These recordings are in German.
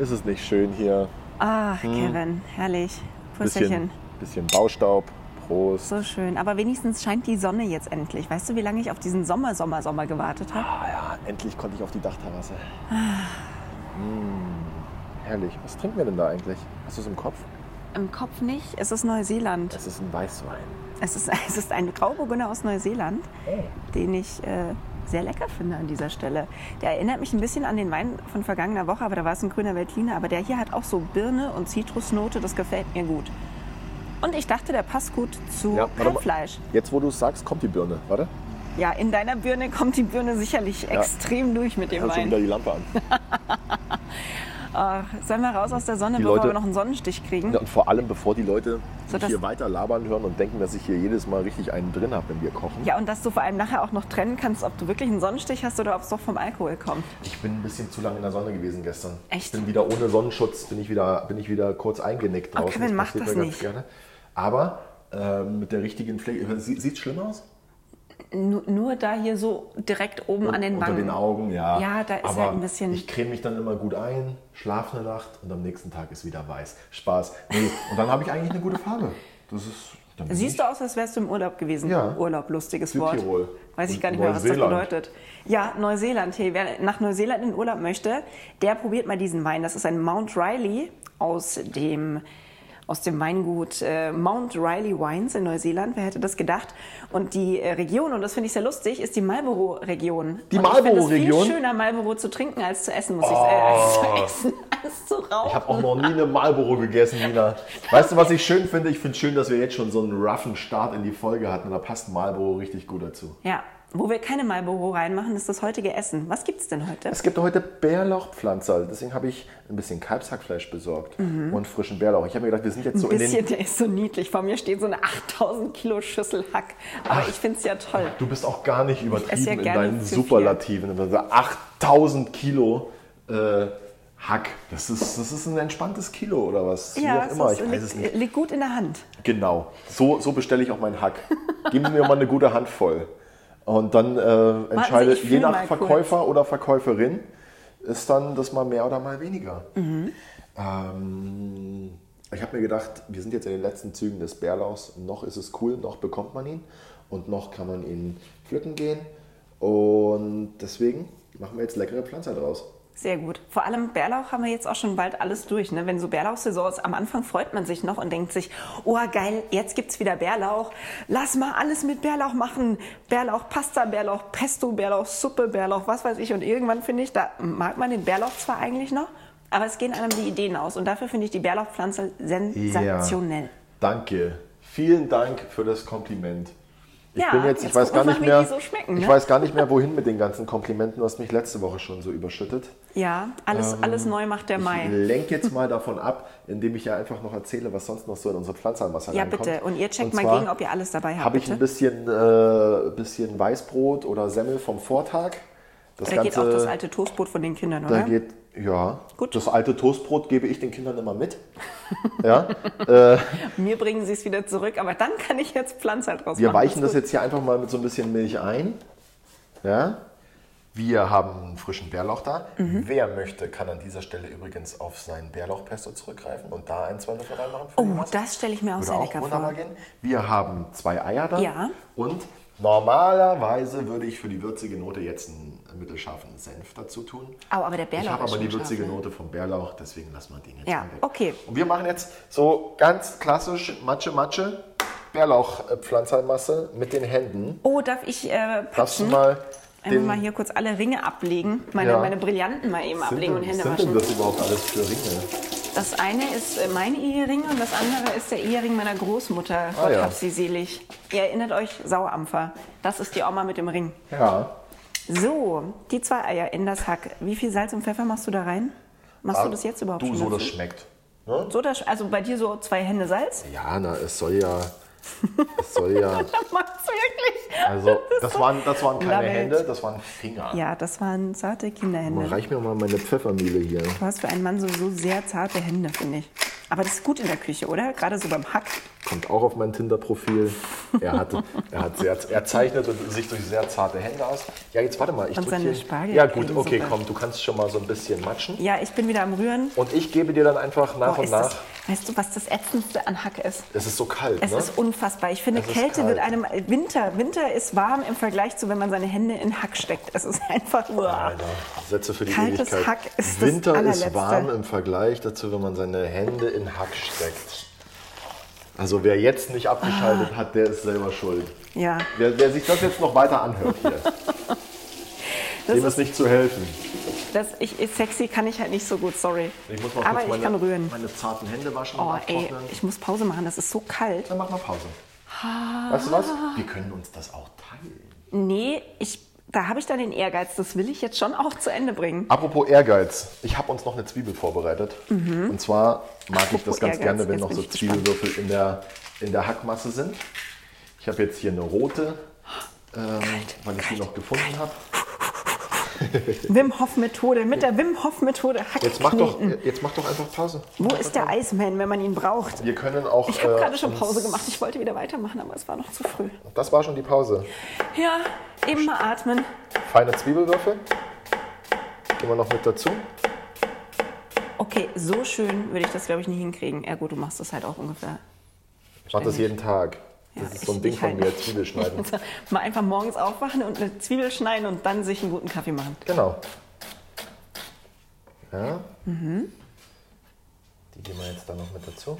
Ist es nicht schön hier? Ah, Kevin, herrlich. Pusserchen. Bisschen, bisschen Baustaub. Prost. So schön. Aber wenigstens scheint die Sonne jetzt endlich. Weißt du, wie lange ich auf diesen Sommer, Sommer, Sommer gewartet habe? Ah ja, endlich konnte ich auf die Dachterrasse. Mm, Ah. herrlich. Was trinken wir denn da eigentlich? Hast du es im Kopf? Im Kopf nicht. Es ist Neuseeland. Es ist ein Weißwein. Es ist, es ist ein Grauburgunder aus Neuseeland, den ich äh, sehr lecker finde an dieser Stelle. Der erinnert mich ein bisschen an den Wein von vergangener Woche, aber da war es ein grüner Veltliner. Aber der hier hat auch so Birne und Zitrusnote. Das gefällt mir gut. Und ich dachte, der passt gut zu Ja, warte mal. Kalbfleisch. Jetzt, wo du es sagst, kommt die Birne. Warte. Ja, in deiner Birne kommt die Birne sicherlich extrem durch mit Ich dem habe schon Wein. wieder die Lampe an. Ach, sollen wir raus aus der Sonne, Die bevor Leute- wir noch einen Sonnenstich kriegen? Ja, Und vor allem, bevor die Leute So, mich das- hier weiter labern hören und denken, dass ich hier jedes Mal richtig einen drin habe, wenn wir kochen. Ja, und dass du vor allem nachher auch noch trennen kannst, ob du wirklich einen Sonnenstich hast oder ob es doch vom Alkohol kommt. Ich bin ein bisschen zu lange in der Sonne gewesen gestern. Echt? Ich bin wieder ohne Sonnenschutz, bin ich wieder, bin ich wieder kurz eingenickt draußen. Kevin, mach passiert das mir ganz nicht. Gerne. Aber ähm, mit der richtigen Pflege. Sieht es schlimm aus? Nur, nur da hier so direkt oben an den Unter Wangen. den Augen, ja. Ja, da ist Aber halt ein bisschen- Ich creme mich dann immer gut ein, schlafe eine Nacht und am nächsten Tag ist wieder weiß. Spaß. Nee, und dann habe ich eigentlich eine gute Farbe. Das ist. Dann bin Siehst du aus, als wärst du im Urlaub gewesen. Ja. Urlaub, lustiges Wort. Südtirol. Weiß ich Und gar nicht mehr, was das Neuseeland. bedeutet. Ja, Neuseeland. Hey, wer nach Neuseeland in Urlaub möchte, der probiert mal diesen Wein. Das ist ein Mount Riley aus dem aus dem Weingut äh, Mount Riley Wines in Neuseeland. Wer hätte das gedacht? Und die äh, Region, und das finde ich sehr lustig, ist die Marlboro-Region. Die Und ich finde es Marlboro-Region? Oh. Viel schöner Marlboro zu trinken als zu essen, muss ich äh, als zu essen, als zu rauchen. Ich habe auch noch nie eine Marlboro gegessen, Nina. Weißt du, was ich schön finde? Ich finde schön, dass wir jetzt schon so einen roughen Start in die Folge hatten. Und da passt Marlboro richtig gut dazu. Ja, wo wir keine Marlboro reinmachen, ist das heutige Essen. Was gibt's denn heute? Es gibt heute Bärlauchpflanzer. Deswegen habe ich ein bisschen Kalbshackfleisch besorgt und frischen Bärlauch. Ich habe mir gedacht, wir sind jetzt so in den Mhm. bisschen, der ist so niedlich. Vor mir steht so eine 8000 Kilo Schüssel Hack. Aber ich finde es ja toll. Du bist auch gar nicht übertrieben esse ja in gerne deinen zu viel. Superlativen. Also 8000 Kilo äh, Hack. Das ist, das ist ein entspanntes Kilo oder was? Wie auch immer, ich weiß liegt, es nicht. liegt gut in der Hand. Genau. So, so bestelle ich auch meinen Hack. Geben Sie mir mal eine gute Handvoll. Und dann äh, entscheide ich je fühl nach mal kurz. Verkäufer oder Verkäuferin, ist dann das mal mehr oder mal weniger. Mhm. Ähm, ich habe mir gedacht, wir sind jetzt in den letzten Zügen des Bärlauchs. Noch ist es cool, noch bekommt man ihn und noch kann man ihn pflücken gehen. Und deswegen machen wir jetzt leckere Pflanzer draus. Sehr gut. Vor allem Bärlauch haben wir jetzt auch schon bald alles durch. Ne? Wenn so Bärlauchsaison ist, am Anfang freut man sich noch und denkt sich, oh geil, jetzt gibt's wieder Bärlauch. Lass mal alles mit Bärlauch machen. Bärlauch, Pasta, Bärlauch, Pesto, Bärlauch, Suppe, Bärlauch, was weiß ich. Und irgendwann finde ich, da mag man den Bärlauch zwar eigentlich noch, aber es gehen einem die Ideen aus. Und dafür finde ich die Bärlauchpflanze sensationell. Danke. Vielen Dank für das Kompliment. Ich Ja, bin jetzt, ich jetzt weiß gar gucken wir nicht mal, mehr, wie die so schmecken, ich ne? weiß gar nicht mehr, wohin mit den ganzen Komplimenten. Du hast mich letzte Woche schon so überschüttet. Ja, alles, alles neu macht der Ähm, Ich Mai. lenke jetzt mal davon ab, indem ich ja einfach noch erzähle, was sonst noch so in unsere Pflanzenmasse Ja, reinkommt. bitte. Und ihr checkt mal zwar gegen, ob ihr alles dabei habt. Habe ich bitte. ein bisschen, äh, bisschen Weißbrot oder Semmel vom Vortag. Das da geht auch das alte Toastbrot von den Kindern, Da oder? geht, ja. Gut. Das alte Toastbrot gebe ich den Kindern immer mit. ja. Mir bringen sie es wieder zurück, aber dann kann ich jetzt Pflanze halt draus Wir machen. weichen das jetzt hier einfach mal mit so ein bisschen Milch ein. Ja? Wir haben einen frischen Bärlauch da. Mhm. Wer möchte, kann an dieser Stelle übrigens auf sein Bärlauchpesto zurückgreifen und da ein, zwei Löffel reinmachen. für die Oh, Masse. das stelle ich mir auch Würde sehr auch lecker wunderbar vor. gehen. Wir haben zwei Eier da. Ja. Und normalerweise würde ich für die würzige Note jetzt einen mittelscharfen Senf dazu tun. Oh, aber der Bärlauch Ich habe ist aber die schon würzige scharf, ne? Note vom Bärlauch, deswegen lassen wir den jetzt Ja, mal weg. okay. Und wir machen jetzt so ganz klassisch Matsche-Matsche. Bärlauchpflanzermasse mit den Händen. Oh, darf ich äh, Darfst du patschen? mal Einmal den mal hier kurz alle Ringe ablegen, meine, Ja. meine Brillanten mal eben sind ablegen denn- und Hände sind denn waschen. das überhaupt alles für Ringe? Das eine ist äh, mein Ehering und das andere ist der Ehering meiner Großmutter. Ah, Gott ja. hab sie selig. Ihr erinnert euch, Sauerampfer. Das ist die Oma mit dem Ring. Ja. So, die zwei Eier in das Hack. Wie viel Salz und Pfeffer machst du da rein? Machst du das jetzt überhaupt Ah, Du, schon so das dazu? schmeckt. Ne? So, das, also bei dir so zwei Hände Salz? Ja, na, es soll ja. Es soll ja. Das macht's wirklich. Also, das waren, das waren keine Love it. Hände, das waren Finger. Ja, das waren zarte Mal, Kinderhände. reich mir mal meine Pfeffermühle hier. Du hast für einen Mann sowieso sehr zarte Hände, finde ich. Aber das ist gut in der Küche, oder? Gerade so beim Hack. Kommt auch auf mein Tinder-Profil. Er, hat, er, hat sehr, er zeichnet sich durch sehr zarte Hände aus. Ja, jetzt warte mal. Ich Und drück seine hier. Spargel- Ja, gut, Suppe. okay, komm, du kannst schon mal so ein bisschen matschen. Ja, ich bin wieder am Rühren. Und ich gebe dir dann einfach nach Boah, und ist nach. das, weißt du, was das Ätzendste an Hack ist? es ist so kalt, Es ne? ist unfassbar. Ich finde, Es ist Kälte kalt. wird einem. Winter, Winter ist warm im Vergleich zu, wenn man seine Hände in Hack steckt. Es ist einfach. Uah. Alter, Sätze für die Kaltes Ewigkeit. Hack ist das Winter ist allerletzte. warm im Vergleich dazu, wenn man seine Hände in Hack steckt. Also wer jetzt nicht abgeschaltet Ah. hat, der ist selber schuld. Ja. Wer, wer sich das jetzt noch weiter anhört hier, Das dem ist, ist nicht zu helfen. das, ich, ich- sexy kann ich halt nicht so gut, sorry. Ich muss mal Aber kurz ich meine, kann rühren. meine zarten Hände waschen und Oh, ey, abtrocknen. ich muss Pause machen, das ist so kalt. Dann mach mal Pause. Ah. Weißt du was? Wir können uns das auch teilen. Nee, ich, da habe ich dann den Ehrgeiz, das will ich jetzt schon auch zu Ende bringen. Apropos Ehrgeiz, ich habe uns noch eine Zwiebel vorbereitet. Und zwar mag ich Mhm. das Apropos ganz Ehrgeiz, gerne, wenn jetzt noch bin so ich gespannt. Zwiebelwürfel in der, in der Hackmasse sind. Ich habe jetzt hier eine rote, ähm, weil ich die noch gefunden habe. Wim Hof Methode, mit der Wim Hof Methode hack Jetzt mach, doch, kneten. jetzt mach doch einfach Pause. Wo ist der Iceman, wenn man ihn braucht? Wir können auch. Ich habe äh, gerade schon Pause uns- gemacht, ich wollte wieder weitermachen, aber es war noch zu früh. Das war schon die Pause. Ja, eben mal atmen. Feine Zwiebelwürfel. Immer noch mit dazu. Okay, so schön würde ich das, glaube ich, nie hinkriegen. Ja gut, du machst das halt auch ungefähr. Ich mache das jeden Tag. Das Ja, ist so ein ich- Ding ich von halt- mir, Zwiebel schneiden. mal einfach morgens aufwachen und eine Zwiebel schneiden und dann sich einen guten Kaffee machen. Genau. Ja. Mhm. Die geben wir jetzt dann noch mit dazu.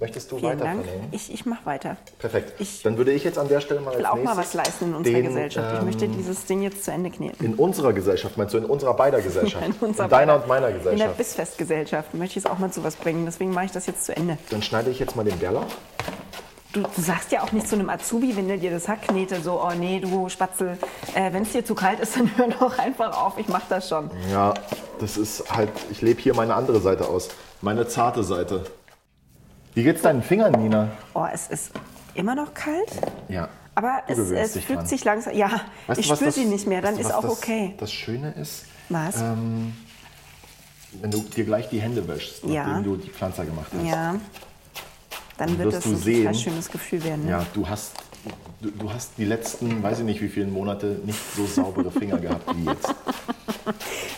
Möchtest du Vielen weiter Dank. vernehmen? Ich, ich mache weiter. Perfekt. Ich- dann würde ich jetzt an der Stelle mal Ich als will auch nächstes mal was leisten in unserer den, Gesellschaft. Ich ähm, möchte dieses Ding jetzt zu Ende kneten. in unserer Gesellschaft, meinst du in unserer beider Gesellschaft? In unserer deiner Beider- und meiner In der Gesellschaft. Bissfestgesellschaft möchte ich es auch mal zu was bringen. Deswegen mache ich das jetzt zu Ende. Dann schneide ich jetzt mal den Bärlauch. Du, du sagst ja auch nicht zu einem Azubi, wenn der dir das Hack knetet, so, oh nee, du Spatzel, äh, wenn es dir zu kalt ist, dann hör doch einfach auf, ich mache das schon. Ja, das ist halt, ich lebe hier meine andere Seite aus. Meine zarte Seite. Wie geht's deinen Fingern, Nina? Oh, es ist immer noch kalt, Ja. aber Du es, gewöhnst es dich fügt dran. sich langsam, ja, Weißt ich du, was spüre das- sie nicht mehr, dann weißt ist du, was auch das, okay. Das Schöne ist, Was? Ähm, wenn du dir gleich die Hände wäschst, Ja. nachdem du die Pflanzer gemacht hast. ja, dann wird wirst das du ein total sehen. schönes Gefühl werden. Ne? Ja, du hast, du, du hast die letzten, weiß ich nicht wie vielen Monate, nicht so saubere Finger gehabt wie jetzt.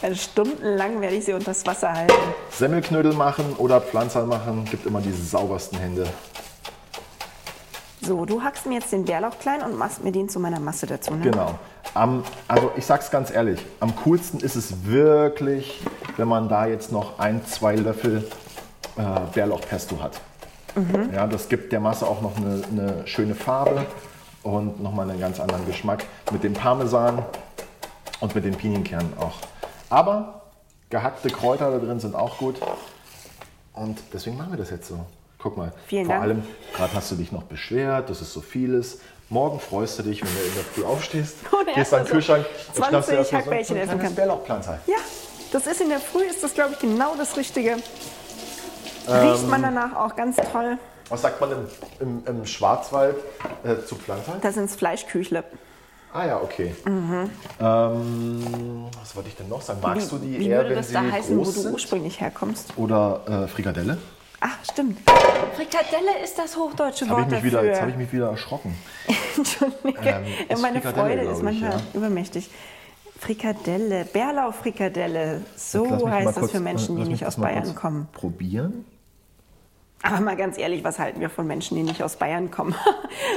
Also stundenlang werde ich sie unter das Wasser halten. Semmelknödel machen oder Pflanzer machen, gibt immer die saubersten Hände. So, du hackst mir jetzt den Bärlauch klein und machst mir den zu meiner Masse dazu. Ne? Genau. Am, also ich sag's ganz ehrlich, am coolsten ist es wirklich, wenn man da jetzt noch ein, zwei Löffel äh, Bärlauchpesto hat. Ja, das gibt der Masse auch noch eine, eine schöne Farbe und nochmal einen ganz anderen Geschmack mit dem Parmesan und mit den Pinienkernen auch. Aber gehackte Kräuter da drin sind auch gut und deswegen machen wir das jetzt so. Guck mal, Vielen vor Dank. allem gerade hast du dich noch beschwert, das ist so vieles. Morgen freust du dich, wenn du in der Früh aufstehst, Und gehst erst an den mal so Kühlschrank 20 schnappst dir erst mal Hackbällchen so ein essen kleines kannst. Bärlauchpflanzer. Ja, das ist in der Früh, ist das, glaube ich, genau das Richtige. Ähm. Riecht man danach auch ganz toll. Was sagt man im, im, im Schwarzwald äh, zu Pflanzern? Das sind's Fleischküchle. Ah ja, okay. Ähm, was wollte ich denn noch sagen? Magst du die Mhm. wie eher, würde wenn das sie da heißen, wo groß du sind? ursprünglich herkommst? Oder äh, Frikadelle? Ach, stimmt. Frikadelle ist das hochdeutsche Hab ich Wort mich wieder, dafür. jetzt habe ich mich wieder erschrocken. Entschuldige, Ähm, ist meine Frikadelle, Freude glaub ist ich, manchmal ja. übermächtig. Frikadelle, Bärlauch-Frikadelle, Jetzt lass mich so mal heißt das kurz- für Menschen, die lass mich nicht das aus mal Bayern kurz kommen. Probieren. Aber mal ganz ehrlich, was halten wir von Menschen, die nicht aus Bayern kommen?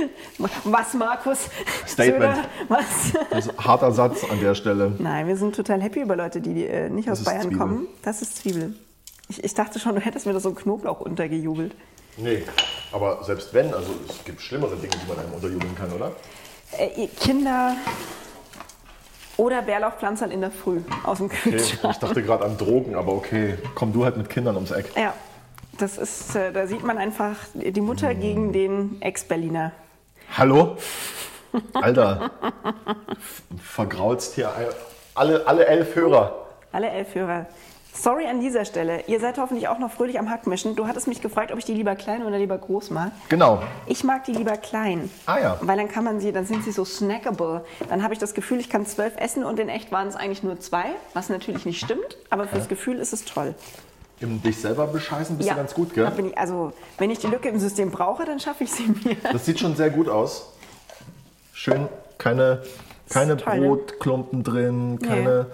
was, Markus? Statement. Söder? Was? Das ist ein harter Satz an der Stelle. Nein, wir sind total happy über Leute, die, die äh, nicht Das aus ist Bayern Zwiebel. kommen. Das ist Zwiebel. Ich, ich dachte schon, du hättest mir das so Knoblauch untergejubelt. Nee, aber selbst wenn, also es gibt schlimmere Dinge, die man einem unterjubeln kann, oder? Äh, ihr Kinder oder Bärlauchpflanzerl in der Früh aus dem Kühlschrank. Ich dachte gerade an Drogen, aber okay, komm du halt mit Kindern ums Eck. Ja, das ist, äh, da sieht man einfach die Mutter gegen den Ex-Berliner. Hallo? Alter, vergraulst hier alle, alle elf Hörer. Alle elf Hörer. Sorry an dieser Stelle. Ihr seid hoffentlich auch noch fröhlich am Hackmischen. Du hattest mich gefragt, ob ich die lieber klein oder lieber groß mag. Genau. Ich mag die lieber klein. Ah ja. Weil dann kann man sie, dann sind sie so snackable. Dann habe ich das Gefühl, ich kann zwölf essen und in echt waren es eigentlich nur zwei, was natürlich nicht stimmt, aber fürs Gefühl ist es toll. Im dich selber bescheißen bist du ganz gut, Da gell? bin ich, also, wenn ich die Lücke im System brauche, dann schaffe ich sie mir. Das sieht schon sehr gut aus. Schön, keine, keine Ist toll, ne? Brotklumpen drin, keine.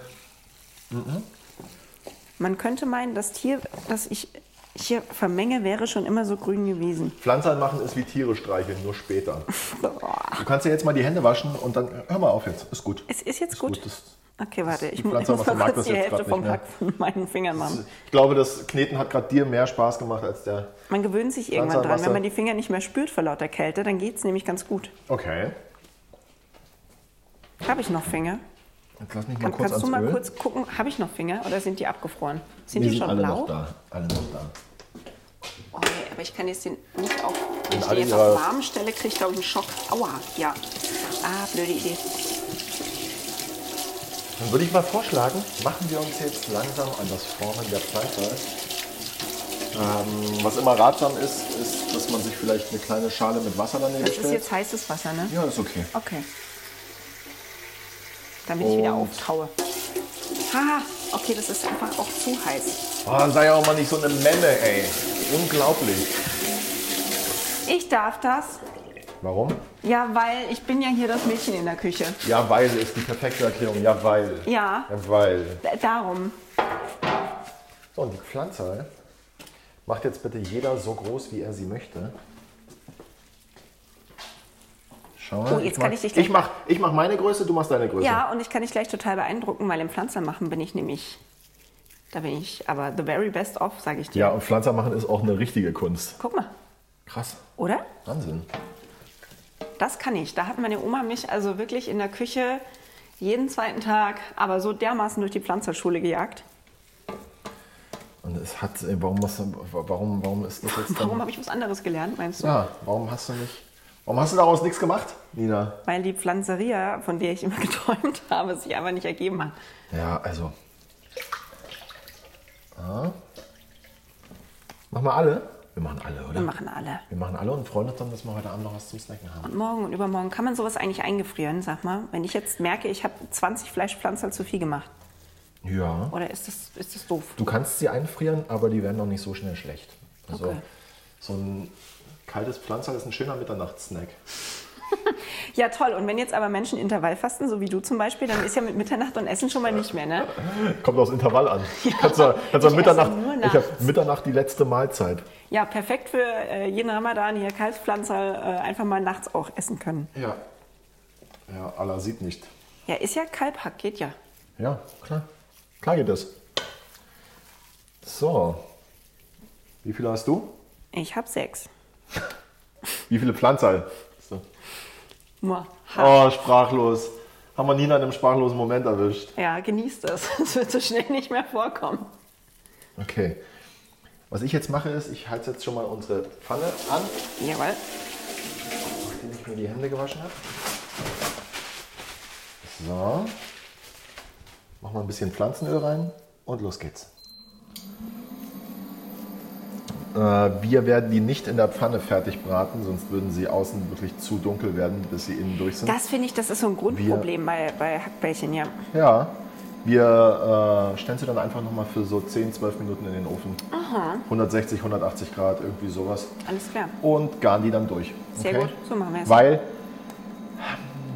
Man könnte meinen, das Tier, das ich hier vermenge, wäre schon immer so grün gewesen. Pflanzen anmachen ist wie Tiere streicheln, nur später. Du kannst ja jetzt mal die Hände waschen und dann. Hör mal auf jetzt, ist gut. Es ist jetzt gut. das- Okay, warte, ich, die mu- ich Pflanze muss aber mal vermag kurz das die jetzt Hälfte grad vom nicht, ne? Hack von meinen Fingern machen. Ich glaube, das Kneten hat gerade dir mehr Spaß gemacht als der. Man gewöhnt sich irgendwann dran. Wasser. Wenn man die Finger nicht mehr spürt vor lauter Kälte, dann geht es nämlich ganz gut. Okay. Habe ich noch Finger? Jetzt lass mich mal Kann, kurz kannst ans du mal Öl. kurz gucken, habe ich noch Finger oder sind die abgefroren? Sind Nee, die sind schon alle blau? noch da. Alle noch da. Oh, nee, aber ich kann jetzt den nicht auf. Wenn ich alle den jetzt ihre- auf warm stelle, kriege ich glaube ich einen Schock. Aua, ja. Ah, blöde Idee. Dann würde ich mal vorschlagen, machen wir uns jetzt langsam an das Formen der Pfeife. Ähm, was immer ratsam ist, ist, dass man sich vielleicht eine kleine Schale mit Wasser daneben Das ist stellt. jetzt heißes Wasser, ne? ja, ist okay. Okay. Damit ich wieder Und- auftaue. Haha, okay, das ist einfach auch zu heiß. Oh, sei auch mal nicht so eine Memme, ey. Unglaublich. Ich darf das. Warum? Ja, weil ich bin ja hier das Mädchen in der Küche. Ja, weil ist die perfekte Erklärung. Ja, weil. Ja. Ja, weil. D- Äh, Darum. So, und die Pflanze macht jetzt bitte jeder so groß, wie er sie möchte. Schau mal. Oh, jetzt mach, kann ich dich gleich- ich mach, ich mach meine Größe, du machst deine Größe. Ja, und ich kann dich gleich total beeindrucken, weil im Pflanzer machen bin ich nämlich. Da bin ich aber the very best of, sage ich dir. Ja, und Pflanzer machen ist auch eine richtige Kunst. Guck mal, Krass. oder? Wahnsinn. Das kann ich. Da hat meine Oma mich also wirklich in der Küche jeden zweiten Tag, aber so dermaßen durch die Pflanzerschule gejagt. Und es hat, ey, warum, hast du, warum, warum ist das jetzt Warum dann, habe ich was anderes gelernt, meinst du? Ja, warum hast du nicht, warum hast du daraus nichts gemacht, Nina? Weil die Pflanzeria, von der ich immer geträumt habe, sich einfach nicht ergeben hat. Ja, also. Ja. Machen wir alle? Wir machen alle, oder? Wir machen alle. Wir machen alle und freuen uns dann, dass wir heute Abend noch was zum Snacken haben. Und morgen und übermorgen kann man sowas eigentlich eingefrieren, sag mal. Wenn ich jetzt merke, ich habe 20 Fleischpflanzer zu viel gemacht. Ja. Oder ist das, ist das doof? Du kannst sie einfrieren, aber die werden auch nicht so schnell schlecht. Also Okay. so ein kaltes Pflanzer ist ein schöner Mitternachtssnack. Ja, toll. Und wenn jetzt aber Menschen Intervallfasten, so wie du zum Beispiel, dann ist ja mit Mitternacht und Essen schon mal nicht mehr, ne? Kommt aufs Intervall an. kannst du, kannst du ich Mitternacht, esse nur ich nachts. hab Mitternacht die letzte Mahlzeit. Ja, perfekt für äh, jeden Ramadan hier Kalbspflanzer äh, einfach mal nachts auch essen können. Ja. Ja, Allah sieht nicht. Ja, ist ja Kalbhack, geht ja. Ja, klar. Klar geht das. So. Wie viele hast du? Ich hab sechs. Wie viele Pflanzer? So. Mua. Ha. Oh, sprachlos. Haben wir Nina in einem sprachlosen Moment erwischt. Ja, genießt das. Es wird so schnell nicht mehr vorkommen. Okay. Was ich jetzt mache, ist, ich halte jetzt schon mal unsere Pfanne an, Jawohl. nachdem ich mir die Hände gewaschen habe. So. Machen wir ein bisschen Pflanzenöl rein und los geht's. Äh, wir werden die nicht in der Pfanne fertig braten, sonst würden sie außen wirklich zu dunkel werden, bis sie innen durch sind. Das finde ich, das ist so ein Grundproblem bei, bei Hackbällchen, ja. Ja, wir äh, stellen sie dann einfach nochmal für so 10, 12 Minuten in den Ofen. 160, 180 Grad, irgendwie sowas. Alles klar. Und garen die dann durch. Sehr gut, so machen wir es. Weil,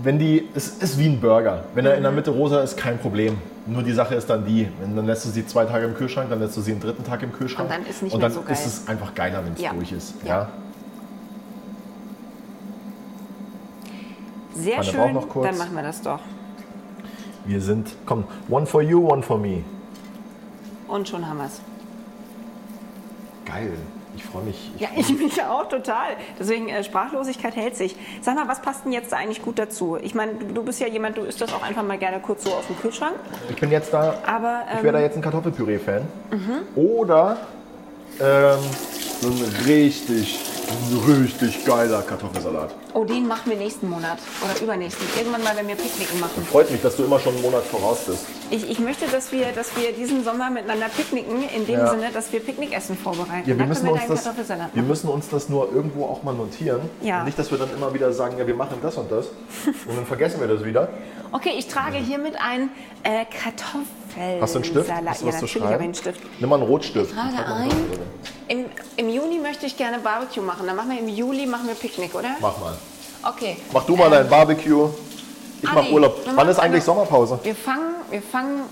wenn die, es ist wie ein Burger. Wenn er in Mhm. der Mitte rosa ist, kein Problem. Nur die Sache ist dann die, wenn, dann lässt du sie zwei Tage im Kühlschrank, dann lässt du sie einen dritten Tag im Kühlschrank. Und dann ist nicht Und mehr dann so geil. ist es einfach geiler, wenn es Ja. durch ist. Ja. Ja. Sehr Pfanne schön. braucht noch kurz. Dann machen wir das doch. Wir sind, komm, one for you, one for me. Und schon haben wir es. Geil. Ich freue mich. Ja, ich mich auch total. Deswegen äh, Sprachlosigkeit hält sich. Sag mal, was passt denn jetzt eigentlich gut dazu? Ich meine, du, du bist ja jemand, du isst das auch einfach mal gerne kurz so aus dem Kühlschrank. Ich bin jetzt da. Aber ich ähm, wäre da jetzt ein Mhm. Kartoffelpüree-Fan. Oder ähm, so ein richtig Ein richtig geiler Kartoffelsalat. Oh, den machen wir nächsten Monat oder übernächsten. Irgendwann mal, wenn wir Picknicken machen. Freut mich, dass du immer schon einen Monat voraus bist. Ich, ich möchte, dass wir, dass wir diesen Sommer miteinander picknicken, in dem Ja. Sinne, dass wir Picknickessen vorbereiten. Ja, wir Dann müssen, können uns wir deinen das, Kartoffelsalat wir machen. müssen uns das nur irgendwo auch mal notieren. Ja. Nicht, dass wir dann immer wieder sagen, ja, wir machen das und das. Und dann vergessen wir das wieder. Okay, ich trage hiermit einen äh, Kartoffelsalat. Hast du einen Stift? Ja, Hast du was zu natürlich schreiben? habe ich einen Stift. Nimm mal einen Rotstift. Trage ein. Im, Im Juni möchte ich gerne Barbecue machen. Dann machen wir im Juli machen wir Picknick, oder? Mach mal. Okay. Mach du mal dein Barbecue. Ich Ah, mach nee. Urlaub. Wir Wann machen ist eigentlich eine- Sommerpause? Wir fangen, wir fangen.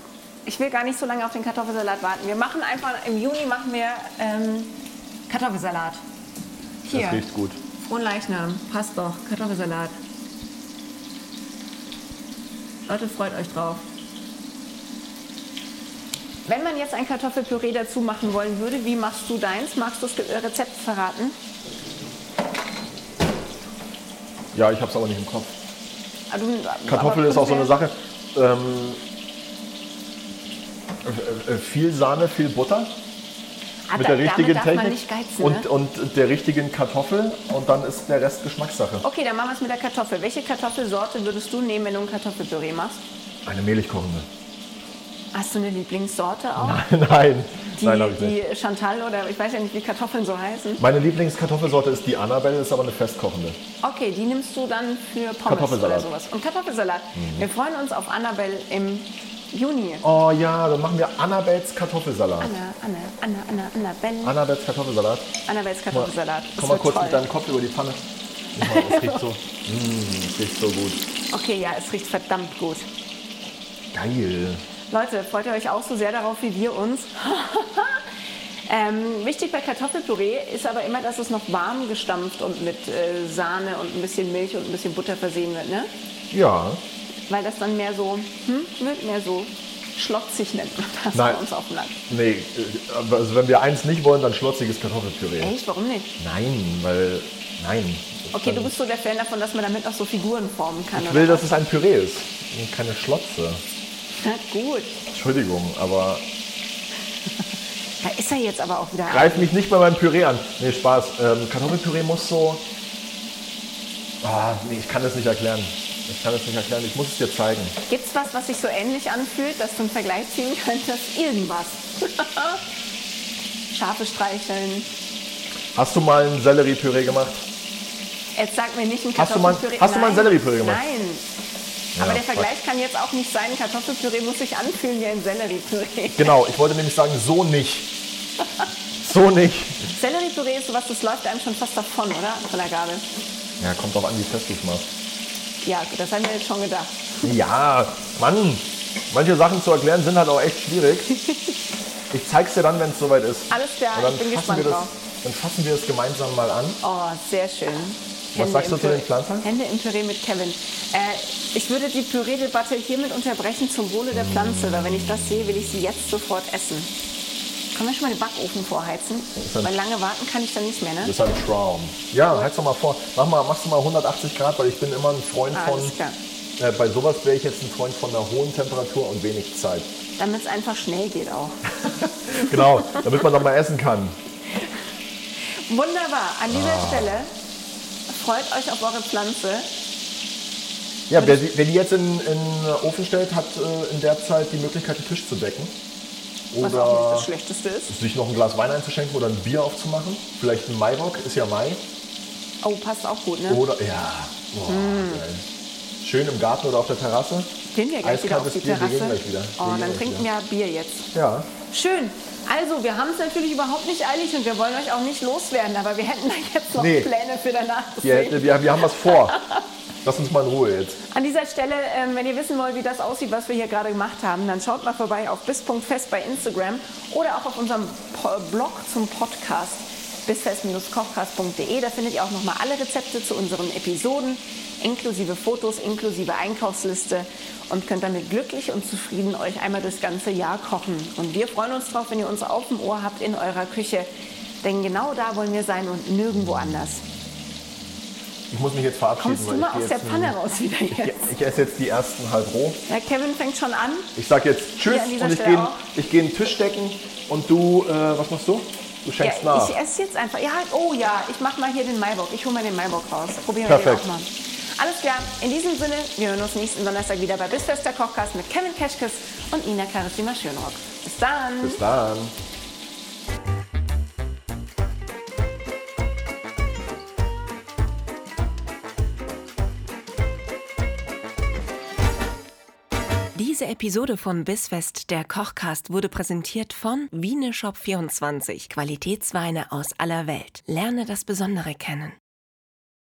Ich will gar nicht so lange auf den Kartoffelsalat warten. Wir machen einfach im Juni machen wir ähm, Kartoffelsalat. Hier. Das riecht gut. Frohen Leichnam, passt doch, Kartoffelsalat. Leute, freut euch drauf. Wenn man jetzt ein Kartoffelpüree dazu machen wollen würde, wie machst du deins? Magst du das Ge- äh, Rezept verraten? Ja, ich hab's aber nicht im Kopf. Ah, du- Kartoffeln aber ist auch so eine prinzipiell- Sache. Ähm, äh, äh, viel Sahne, viel Butter Ah, mit da- der richtigen damit darf Technik Man nicht geizen, und, ne? und der richtigen Kartoffel und dann ist der Rest Geschmackssache. Okay, dann machen wir es mit der Kartoffel. Welche Kartoffelsorte würdest du nehmen, wenn du ein Kartoffelpüree machst? Eine mehlig kochende. Hast du eine Lieblingssorte auch? Nein, die, nein, habe ich nicht. die Chantal oder ich weiß ja nicht, wie Kartoffeln so heißen. Meine Lieblingskartoffelsorte ist die Annabelle, ist aber eine festkochende. Okay, die nimmst du dann für Pommes Kartoffelsalat. oder sowas. Und Kartoffelsalat. Wir freuen uns auf Annabelle im Juni. Oh ja, dann machen wir Annabels Kartoffelsalat. Anna, Anna, Anna, Anna, Annabelle. Annabels Kartoffelsalat. Annabelles Kartoffelsalat. Das Komm mal wird kurz toll. mit deinem Kopf über die Pfanne. Oh, es riecht so. Mm, es riecht so gut. Okay, ja, es riecht verdammt gut. Geil. Leute, freut ihr euch auch so sehr darauf wie wir uns? ähm, wichtig bei Kartoffelpüree ist aber immer, dass es noch warm gestampft und mit äh, Sahne und ein bisschen Milch und ein bisschen Butter versehen wird, ne? Ja. Weil das dann mehr so, hm, wird mehr so schlotzig nennt man das Nein. bei uns auf dem Land. Nee, äh, aber also wenn wir eins nicht wollen, dann schlotziges Kartoffelpüree. Echt? Warum nicht? Nein, weil. Nein. Okay, du bist so der Fan davon, dass man damit auch so Figuren formen kann. Ich oder will, was? dass es ein Püree ist. und Keine Schlotze. Na gut. Entschuldigung, aber Da ist er jetzt aber auch wieder. greif mich nicht bei meinem Püree an. Nee, Spaß. Ähm, Kartoffelpüree muss so. Ah, nee, ich kann das nicht erklären. Ich kann das nicht erklären. Ich muss es dir zeigen. Gibt's was, was sich so ähnlich anfühlt, dass du einen Vergleich ziehen könntest? Irgendwas. Schafe streicheln. Hast du mal ein Selleriepüree gemacht? Jetzt sag mir nicht ein Hast du mal- Kartoffelpüree. hast du mal ein Nein. Selleriepüree gemacht? Nein. Ja, Aber der fuck. Vergleich kann jetzt auch nicht sein. Kartoffelpüree muss sich anfühlen wie ein Selleriepüree. Genau, ich wollte nämlich sagen, so nicht. So nicht. Selleriepüree ist sowas, das läuft einem schon fast davon, oder? Von der Gabel. Ja, kommt drauf an, wie fest du es machst. Ja, das haben wir jetzt schon gedacht. Ja, Mann. Manche Sachen zu erklären sind halt auch echt schwierig. Ich zeig's dir dann, wenn es soweit ist. Alles klar, Und dann ich bin fassen gespannt wir das, drauf. Dann fassen wir es gemeinsam mal an. Oh, sehr schön. Hände sagst im du zu den Püree- Pflanzen? Hände im Püree mit Kevin. Äh, ich würde die Püree-Debatte hiermit unterbrechen zum Wohle der Pflanze, weil wenn ich das sehe, will ich sie jetzt sofort essen. Können wir schon mal den Backofen vorheizen? ein- Weil lange warten kann ich dann nicht mehr, ne? ist ein Traum. Ja, heiz doch mal vor. Mach mal, machst du mal 180 Grad, weil ich bin immer ein Freund von. Alles klar. Äh, bei sowas wäre ich jetzt ein Freund von einer hohen Temperatur und wenig Zeit. Damit es einfach schnell geht auch. Genau, damit man nochmal essen kann. Wunderbar. An dieser Ah. Stelle freut euch auf eure Pflanze. Ja, wer, die- wer die jetzt in, in den Ofen stellt, hat äh, in der Zeit die Möglichkeit, den Tisch zu decken. Was auch nicht Oder das Schlechteste ist. sich noch ein Glas Wein einzuschenken oder ein Bier aufzumachen. Vielleicht ein Maibock, ist ja Mai. Oh, passt auch gut, ne? Oder, ja, boah, Hm. geil. Schön im Garten oder auf der Terrasse. Gehen wir gleich wieder auf Eiskaltes die Bier, wir Terrasse. gehen gleich wieder. Wir Oh, gehen dann gleich trinken wir Bier jetzt. Ja, Schön. Also, wir haben es natürlich überhaupt nicht eilig und wir wollen euch auch nicht loswerden, aber wir hätten da jetzt noch Nee. Pläne für danach. Deswegen- äh, wir, wir, wir haben was vor. Lass uns mal in Ruhe jetzt. An dieser Stelle, ähm, wenn ihr wissen wollt, wie das aussieht, was wir hier gerade gemacht haben, dann schaut mal vorbei auf bis.fest bei Instagram oder auch auf unserem po Blog zum Podcast bisfest-kochkast.de. Da findet ihr auch nochmal alle Rezepte zu unseren Episoden, inklusive Fotos, inklusive Einkaufsliste und könnt damit glücklich und zufrieden euch einmal das ganze Jahr kochen. Und wir freuen uns drauf, wenn ihr uns auf dem Ohr habt in eurer Küche, denn genau da wollen wir sein und nirgendwo anders. Ich muss mich jetzt verabschieden. Kommst du weil ich mal geh aus der jetzt Pfanne raus wieder in- jetzt? Ich, ich esse jetzt die ersten halb roh. Na, Kevin fängt schon an. Ich sag jetzt Tschüss Hier an dieser und ich Stelle gehe auch. ich geh in den Tisch decken. Und du, äh, was machst du? Du schenkst ja, nach. Ich esse jetzt einfach. Ja, oh ja, ich mach mal hier den Maibock. Ich hole mal den Maibock raus. Probieren wir den Perfekt. auch mal. Alles klar, in diesem Sinne, wir hören uns nächsten Donnerstag wieder bei Bisfest der Kochkast mit Kevin Keschkes und Nina Karissima Schönrock. Bis dann! Bis dann. Diese Episode von Bissfest, der Kochcast, wurde präsentiert von Wieneshop24, Qualitätsweine aus aller Welt. Lerne das Besondere kennen.